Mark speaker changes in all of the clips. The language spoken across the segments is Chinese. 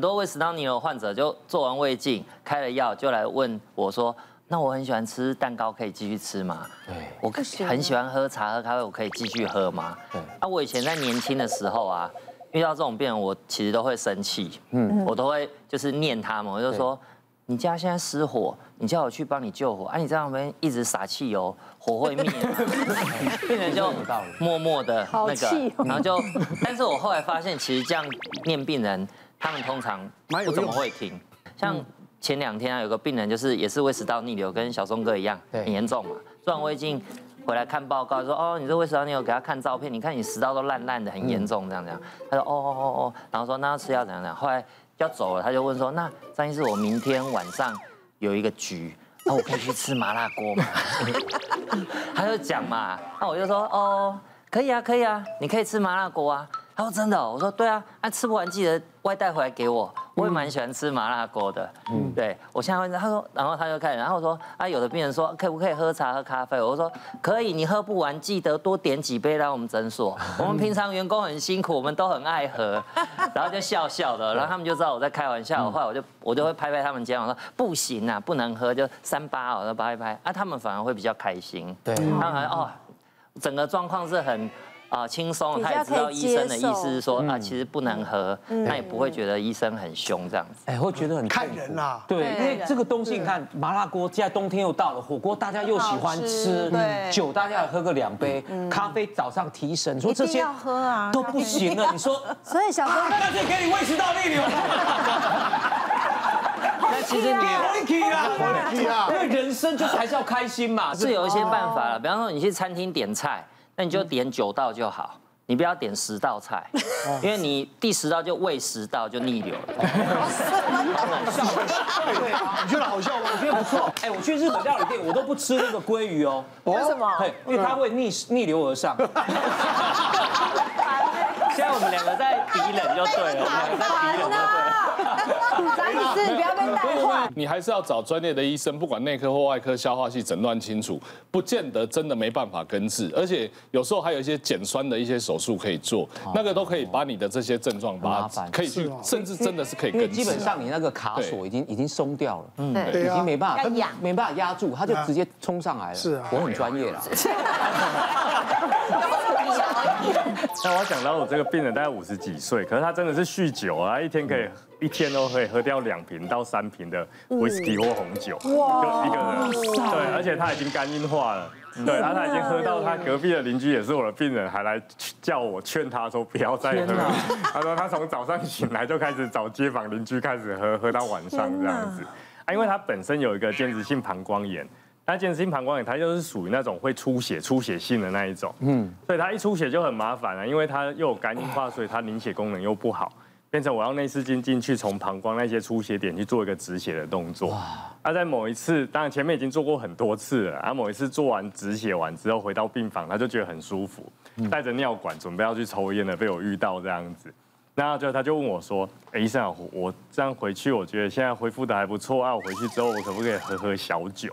Speaker 1: 多胃食道逆流患者就做完胃镜，开了药就来问我说：“那我很喜欢吃蛋糕，可以继续吃吗？”
Speaker 2: 对，
Speaker 1: 我很喜欢喝茶喝咖啡，我可以继续喝吗？
Speaker 2: 对
Speaker 1: 啊，我以前在年轻的时候啊，遇到这种病人，我其实都会生气，嗯，我都会就是念他们，我就说。你家现在失火，你叫我去帮你救火，啊！你在旁边一直撒汽油，火会灭 吗。病人就默默的
Speaker 3: 好
Speaker 1: 那
Speaker 3: 气
Speaker 1: 个
Speaker 3: 哦，
Speaker 1: 然后就，但是我后来发现，其实这样念病人，他们通常不怎么会听。像前两天啊，有个病人就是也是胃食道逆流，跟小松哥一样，
Speaker 2: 对
Speaker 1: 很严重嘛。做完胃镜回来看报告说，哦，你这胃食道逆流，给他看照片，你看你食道都烂烂的，很严重，这样这样。他说，哦哦哦哦，然后说那要吃药怎样怎样。后来要走了，他就问说，那张医师，我明天晚上有一个局。那我可以去吃麻辣锅吗？ 他就讲嘛，那我就说哦，可以啊，可以啊，你可以吃麻辣锅啊。他说真的哦、我说对啊，那、吃不完记得外带回来给我。我也蛮喜欢吃麻辣锅的，嗯，对我现在问他他说，然后他就开始，然后我说啊，有的病人说可不可以喝茶喝咖啡？我说可以，你喝不完记得多点几杯来我们诊所。我们平常员工很辛苦，我们都很爱喝，然后就笑笑的，然后他们就知道我在开玩笑。后来我就我就会拍拍他们肩膀说不行啊，不能喝，就三八哦，然后拍一拍啊，他们反而会比较开心。
Speaker 2: 对
Speaker 1: 他们哦，整个状况是很啊轻松，
Speaker 3: 比较
Speaker 1: 他也知道医生的意思
Speaker 3: 可以接
Speaker 1: 是
Speaker 3: 受嗯
Speaker 1: 说啊，其实不能喝，他也不会觉得医生很凶这样子。
Speaker 2: 哎，会觉得很
Speaker 4: 看
Speaker 2: 痛苦
Speaker 4: 人啊啦
Speaker 2: 对，
Speaker 3: 对
Speaker 2: 因为这个东西，你看麻辣锅，现在冬天又到了，火锅大家又喜欢吃
Speaker 3: 很好吃，
Speaker 2: 嗯
Speaker 3: 对
Speaker 2: 酒大家也喝个两杯，咖啡早上提神，你说这
Speaker 5: 一定
Speaker 2: 些
Speaker 5: 要喝啊
Speaker 2: 都不行了，你说
Speaker 3: 所以小哥
Speaker 2: 那就给你胃食道逆流
Speaker 1: 那其实你
Speaker 2: 问题啦，
Speaker 4: 对啊
Speaker 2: 因为人生就是还是要开心
Speaker 3: 嗯
Speaker 2: 嘛，
Speaker 1: 是啊有一些办法
Speaker 3: 哦
Speaker 1: 了，比方说你去餐厅点菜，那你就点九道就好。你不要点十道 菜，因为你第十道就胃食道就逆流 了。
Speaker 4: 你觉得好笑吗？
Speaker 2: 我觉得不错。哎，我去日本料理店，我都不吃那个鲑鱼哦。
Speaker 4: 为什么？
Speaker 2: 对，因为它会逆逆流而上。
Speaker 1: 现在我们两个在敌人就对了，我们两个在敌人就对了。
Speaker 3: 啊 张医师，你不要被带坏。
Speaker 6: 你还是要找专业的医生，不管内科或外科，消化系诊断清楚，不见得真的没办法根治，而且有时候还有一些减酸的一些手术可以做，那个都可以把你的这些症状把
Speaker 2: 哦麻烦
Speaker 6: 它可以去，甚至真的是可以
Speaker 2: 因为
Speaker 6: 根治。
Speaker 2: 基本上你那个卡锁
Speaker 6: 对
Speaker 2: 已经已经松掉了，嗯，
Speaker 4: 对
Speaker 2: 已
Speaker 4: 啊
Speaker 2: 经没办法
Speaker 5: 要压
Speaker 2: 没办法压住，它就直接冲上来了。
Speaker 4: 是啊
Speaker 2: 我很专业啦。
Speaker 7: 那我要讲到我这个病人大概五十几岁，可是他真的是酗酒啊，一天可以一天都可以喝掉两瓶到三瓶的 whisky 或红酒，嗯哇，一个人，对，而且他已经肝硬化了。对，然后他已经喝到他隔壁的邻居也是我的病人，还来叫我劝他说不要再喝。他说他从早上醒来就开始找街坊邻居开始喝，喝到晚上这样子。啊，因为他本身有一个间质性膀胱炎，那间质性膀胱炎它就是属于那种会出血、出血性的那一种，嗯，所以它一出血就很麻烦啊了，因为它又有肝硬化，所以它凝血功能又不好，变成我要内视镜进去从膀胱那些出血点去做一个止血的动作。他在某一次，当然前面已经做过很多次了，啊，某一次做完止血完之后回到病房，他就觉得很舒服，带着尿管准备要去抽烟了，被我遇到这样子。那就他就问我说：“哎、医生、啊，我我这样回去，我觉得现在恢复的还不错啊，我回去之后我可不可以喝喝小酒？”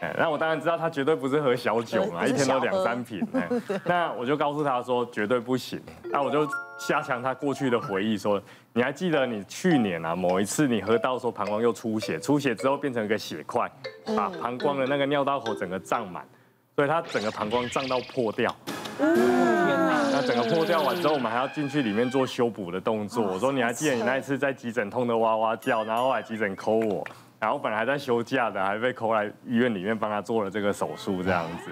Speaker 7: 哎，那我当然知道他绝对呃不是喝小酒嘛，一天都两三 瓶。哎，那我就告诉他说绝对不行。那我就加强他过去的回忆，说你还记得你去年啊某一次你喝到说膀胱又出血，出血之后变成一个血块，把膀胱的那个尿道口整个胀满，所以他整个膀胱胀到破掉。那整个破掉完之后，我们还要进去里面做修补的动作。我说你还记得你那一次在急诊痛得哇哇叫，然后后来急诊抠我，然后本来还在休假的，还被抠来医院里面帮他做了这个手术这样子。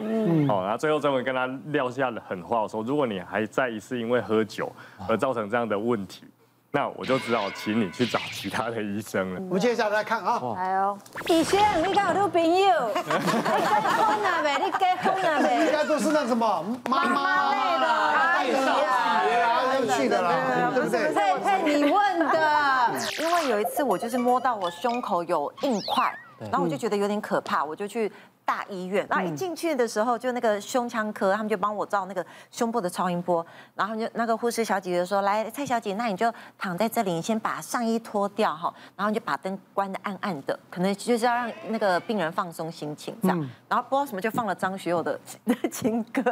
Speaker 7: 哦，然后最后终于跟他撂下了狠话，我说如果你还再一次因为喝酒而造成这样的问题，那我就只好请你去找其他的医生了。
Speaker 4: 我们接下来来看啊，
Speaker 3: 哎呦，以前你敢有女朋友？你结婚了没？你结婚了
Speaker 4: 应
Speaker 3: 没？
Speaker 4: 该都是那什么妈妈类的
Speaker 5: 哎
Speaker 4: 阿姨啊，要去的啦，对不对？
Speaker 3: 佩佩，你问的。
Speaker 5: 因为有一次我就是摸到我胸口有硬块，然后我就觉得有点可怕，我就去大医院。然后一进去的时候，就那个胸腔科，他们就帮我照那个胸部的超音波，然后他们就那个护士小姐就说：“来，蔡小姐，那你就躺在这里，你先把上衣脱掉哈，然后你就把灯关的暗暗的，可能就是要让那个病人放松心情这样。”然后不知道什么就放了张学友的 的情歌，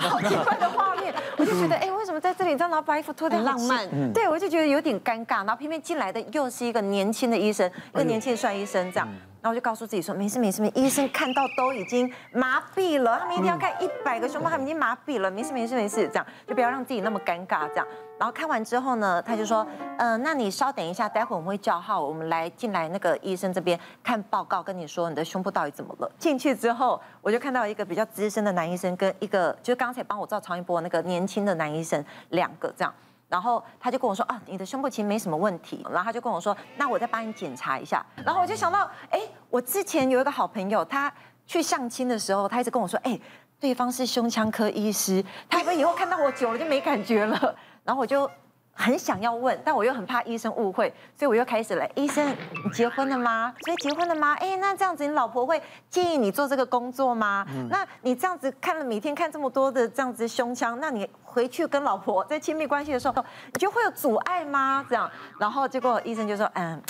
Speaker 5: 好奇怪的画面，我就觉得哎、为什么在这里这样，然后把衣服脱掉，
Speaker 3: 很浪漫
Speaker 5: 对，我就觉得有点尴尬，然后偏偏进来的又是一个年轻的医生，一个年轻的帅医生
Speaker 3: 嗯
Speaker 5: 这样。然后我就告诉自己说，没事没事没事，医生看到都已经麻痹了，他们一
Speaker 3: 嗯
Speaker 5: 定要看一百个胸部，他们已经麻痹了，没事没事没事，这样就不要让自己那么尴尬这样。然后看完之后呢，他就说，呃，那你稍等一下，待会我们会叫号，我们来进来那个医生这边看报告，跟你说你的胸部到底怎么了。进去之后，我就看到一个比较资深的男医生跟一个就是刚才帮我照超音波那个年轻的男医生，两个这样。然后他就跟我说啊，你的胸部其实没什么问题。然后他就跟我说，那我再帮你检查一下。然后我就想到，哎，我之前有一个好朋友，他去相亲的时候，他一直跟我说，哎，对方是胸腔科医师，他会不会以后看到我久了就没感觉了？然后我就很想要问，但我又很怕医生误会，所以我又开始了。医生，你结婚了吗？所以结婚了吗？哎，那这样子你老婆会建议你做这个工作吗？那你这样子看了每天看这么多的这样子胸腔，那你回去跟老婆在亲密关系的时候，你觉得会有阻碍吗？这样，然后结果医生就说，嗯。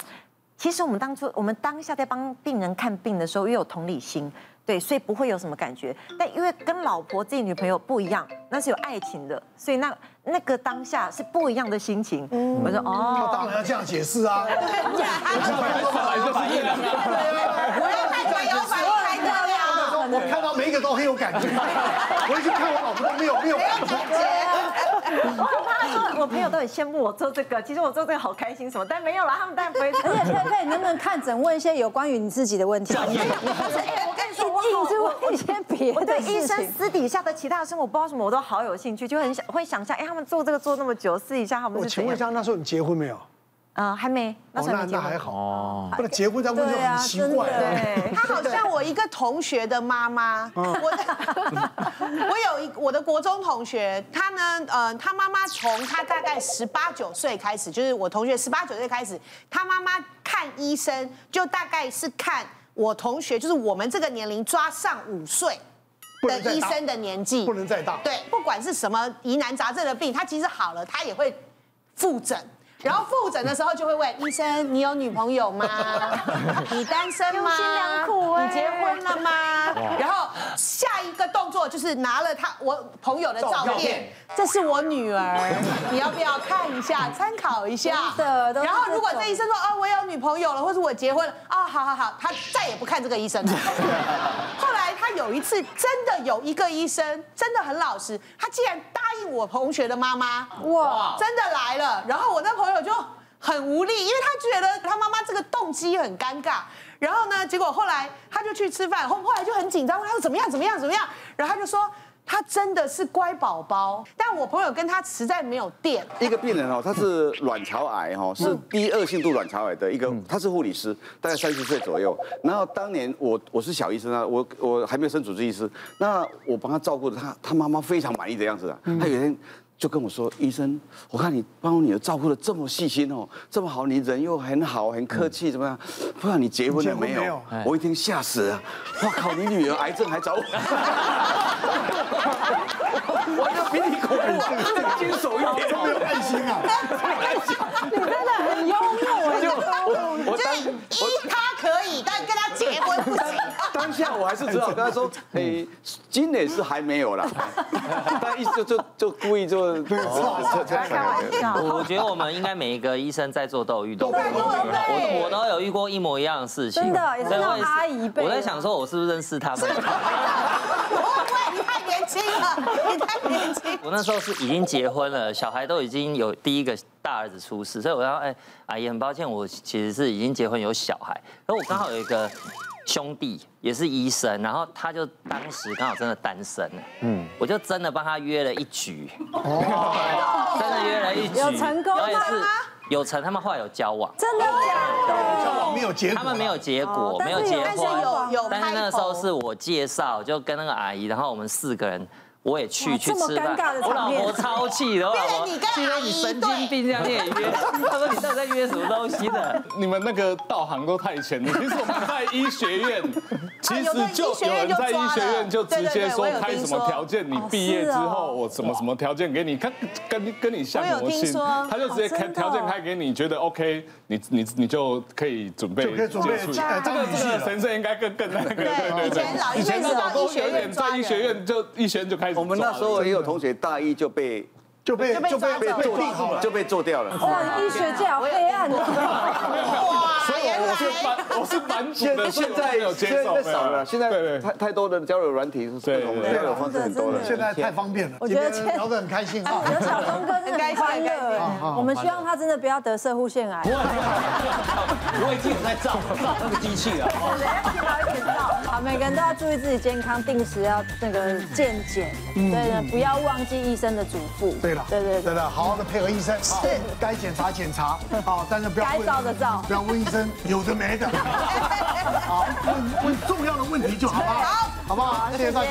Speaker 5: 其实我们当初我们当下在帮病人看病的时候，也有同理心，对，所以不会有什么感觉。但因为跟老婆自己女朋友不一样，那是有爱情的，所以那那个当下是不一样的心情。我说
Speaker 4: 他
Speaker 5: 哦，
Speaker 4: 嗯当然要这样解释啊。
Speaker 3: 我要看到有反应才漂亮。
Speaker 4: 我看到每一个都很有感觉，回去看我老婆都没有没有感觉。
Speaker 5: 我很怕他说我朋友都很羡慕我做这个，其实我做这个好开心什么，但没有啦，他们当然不会。
Speaker 3: 而且佩佩，你能不能看诊问一些有关于你自己的问题？
Speaker 5: 哎我跟你说，我好
Speaker 3: 一直问一些别
Speaker 5: 我对
Speaker 3: 的
Speaker 5: 医
Speaker 3: 事
Speaker 5: 生
Speaker 3: 情。
Speaker 5: 私底下的其他的生活，不知道什么，我都好有兴趣，就很想会想象，哎，他们做这个做那么久，私底下他们
Speaker 4: 我
Speaker 5: 是怎
Speaker 4: 请问一
Speaker 5: 样？
Speaker 4: 下，那时候你结婚没有？哦，
Speaker 5: 嗯，还没，那时候
Speaker 4: 那
Speaker 5: 还没结
Speaker 4: 那
Speaker 5: 婚
Speaker 4: 还好哦，不然结婚再问就
Speaker 3: 对啊
Speaker 4: 很奇
Speaker 3: 真
Speaker 4: 怪啊
Speaker 3: 的。
Speaker 5: 对。
Speaker 8: 她好像我一个同学的妈妈， 我的我有一我的国中同学，她呢，呃，她妈妈从她大概十八九岁开始，就是我同学十八九岁开始，她妈妈看医生就大概是看我同学，就是我们这个年龄抓上五岁
Speaker 4: 不
Speaker 8: 的
Speaker 4: 能再
Speaker 8: 医
Speaker 4: 大
Speaker 8: 生的年纪，
Speaker 4: 不能再大
Speaker 8: 对，不管是什么疑难杂症的病，她其实好了，她也会复诊。然后复诊的时候就会问医生：“你有女朋友 吗？你单身吗？
Speaker 5: 用心良苦哎
Speaker 8: 你结婚了吗？”然后下一个动作就是拿了他我朋友的照
Speaker 4: 照
Speaker 8: 片
Speaker 4: 片，
Speaker 8: 这是我女儿，你要不要看一下，参考一下？
Speaker 3: 真的都是
Speaker 8: 然后如果
Speaker 3: 这种
Speaker 8: 这医生说：“哦，我有女朋友了，或者我结婚了。”哦，好好好，他再也不看这个医生了。 后来他有一次真的有一个医生真的很老实，他竟然答应我同学的妈妈，哇，真的来了。然后我那朋友就很无力，因为他觉得他妈妈这个动机很尴尬。然后呢，结果后来他就去吃饭，后后来就很紧张，他说怎么样怎么样怎么样，然后他就说。他真的是乖宝宝，但我朋友跟他实在没有电，
Speaker 9: 一个病人哦，他是卵巢癌哈、哦，
Speaker 4: 嗯
Speaker 9: 是第二性度卵巢癌的一个，他是护理师，大概三十岁左右。然后当年我我是小医生啊，我我还没有升主治医师，那我帮他照顾的他，他妈妈非常满意的样子啊。
Speaker 4: 嗯
Speaker 9: 他有一天就跟我说：“医生，我看你帮我女儿照顾的这么细心哦，这么好，你人又很好，很客气，怎么样？不知道你结婚了没
Speaker 4: 你
Speaker 9: 有
Speaker 4: 结婚？”
Speaker 9: 我一听吓死了，我靠，你女儿癌症还找我，我就比你恐怖，更惊悚一点。
Speaker 4: 都没有爱心啊！
Speaker 9: 就我我
Speaker 8: 就是
Speaker 9: 当
Speaker 8: 依他可以，但跟他结婚不行。啊
Speaker 9: 当下我还是只好跟他说，哎，今年是还没有啦，但意思就就就故意就哦
Speaker 5: 开玩笑。
Speaker 3: 哦
Speaker 1: 我我觉得我们应该每一个医生在座都有遇 到过，我我都有遇过一模一样的事情，
Speaker 3: 真的也是那
Speaker 1: 所
Speaker 3: 种
Speaker 1: 以我也
Speaker 3: 阿姨辈的
Speaker 1: 我在想说，我是不是认识他 们？
Speaker 8: 不会，你太年轻了，你太 年轻。
Speaker 1: 我那时候是已经结婚了，小孩都已经有第一个大儿子出世，所以我要哎阿姨很抱歉，我其实是已经结婚有小孩，可我刚好有一个兄弟也是医生，然后他就当时刚好真的单身，嗯，我就真的帮他约了一局，真的约了一局，
Speaker 3: 有成功
Speaker 1: 然后
Speaker 3: 吗
Speaker 1: 也是有成，他们后来有交往，
Speaker 3: 真的假的？
Speaker 4: 交往没有结果，
Speaker 1: 他们没有结
Speaker 3: 哦
Speaker 1: 果，
Speaker 3: 但
Speaker 1: 没
Speaker 3: 是
Speaker 1: 有结
Speaker 3: 有
Speaker 8: 但是有
Speaker 1: 婚。
Speaker 8: 有
Speaker 1: 但是那
Speaker 8: 开
Speaker 1: 个时候
Speaker 8: 头，
Speaker 1: 是我介绍，就跟那个阿姨，然后我们四个人我也去
Speaker 3: 哇
Speaker 1: 去
Speaker 3: 这么
Speaker 1: 吃饭
Speaker 3: 尴尬的，
Speaker 1: 我老
Speaker 3: 场面
Speaker 1: 婆超气的，我老婆
Speaker 8: 变成你跟
Speaker 1: 觉得你
Speaker 8: 阿姨
Speaker 1: 神
Speaker 8: 对
Speaker 1: 经病这样你也约， 她说你到底在约什么东西的？
Speaker 6: 你们那个道行都太浅了。其实我们在医学 院，其
Speaker 8: 啊
Speaker 6: 实
Speaker 8: 有的
Speaker 6: 就
Speaker 8: 医学
Speaker 6: 有
Speaker 8: 院
Speaker 6: 人
Speaker 8: 就
Speaker 6: 在医
Speaker 8: 抓
Speaker 6: 学
Speaker 8: 了
Speaker 6: 院就直
Speaker 8: 对对
Speaker 6: 接
Speaker 8: 对
Speaker 6: 说
Speaker 8: 我有
Speaker 6: 开
Speaker 8: 听
Speaker 6: 什么
Speaker 8: 说
Speaker 6: 条件，你毕业之后
Speaker 8: 哎
Speaker 6: 我什么什么条件给你，看跟你跟你像
Speaker 8: 我有
Speaker 6: 模
Speaker 8: 听
Speaker 6: 型
Speaker 8: 说，
Speaker 6: 他就直接开条
Speaker 8: 哦
Speaker 6: 件开给你，觉得 OK，你你你就可以准备
Speaker 4: 就可以准
Speaker 6: 接
Speaker 4: 备
Speaker 6: 触这
Speaker 4: 呃当
Speaker 6: 个
Speaker 4: 女
Speaker 6: 这
Speaker 4: 婿
Speaker 6: 个
Speaker 4: 了
Speaker 6: 神圣应该更更那个，对
Speaker 8: 以前老一
Speaker 6: 以前
Speaker 8: 辈
Speaker 6: 的
Speaker 8: 是
Speaker 6: 老
Speaker 8: 到
Speaker 6: 都
Speaker 8: 医
Speaker 6: 有
Speaker 8: 学
Speaker 6: 点
Speaker 8: 院抓
Speaker 6: 在医学
Speaker 8: 人。
Speaker 6: 院就医学院就开始，
Speaker 9: 我们那时候也有同学大一就被
Speaker 4: 就被就被
Speaker 8: 被
Speaker 4: 被
Speaker 8: 抓
Speaker 4: 做
Speaker 8: 走
Speaker 4: 定好了，
Speaker 9: 就被做掉了。
Speaker 3: 哇，医学界好黑暗哦。
Speaker 8: 哇，
Speaker 6: 所以
Speaker 8: 原
Speaker 6: 我是
Speaker 8: 来
Speaker 6: 蛮我是蛮主
Speaker 9: 现
Speaker 6: 的，所以
Speaker 9: 现
Speaker 6: 我
Speaker 9: 在
Speaker 6: 没有接
Speaker 9: 现
Speaker 6: 受
Speaker 9: 在少了，现
Speaker 6: 对对
Speaker 9: 在太太多的交友软体是这种
Speaker 6: 对
Speaker 2: 啊
Speaker 9: 交友方式很多了。
Speaker 4: 现在太方便了。
Speaker 3: 我觉得
Speaker 4: 今天聊得很开心啊
Speaker 3: 我。觉得哎小东哥真的很欢乐哎，我们希望他真的不要得射护腺癌。
Speaker 2: 我已经有在造造那个机器了。哦
Speaker 3: 好，每个人都要注意自己健康，定时要那个健检，对的，不要忘记医生的嘱咐。
Speaker 4: 对了，
Speaker 3: 对对
Speaker 4: 对
Speaker 3: 对。
Speaker 4: 了，好好的配合医生，是该检查检 查啊，但是不要
Speaker 3: 该
Speaker 4: 问
Speaker 3: 照的照
Speaker 4: 不要问医生有的没 的，好，问问重要的问题就好了，好不好？谢谢大家。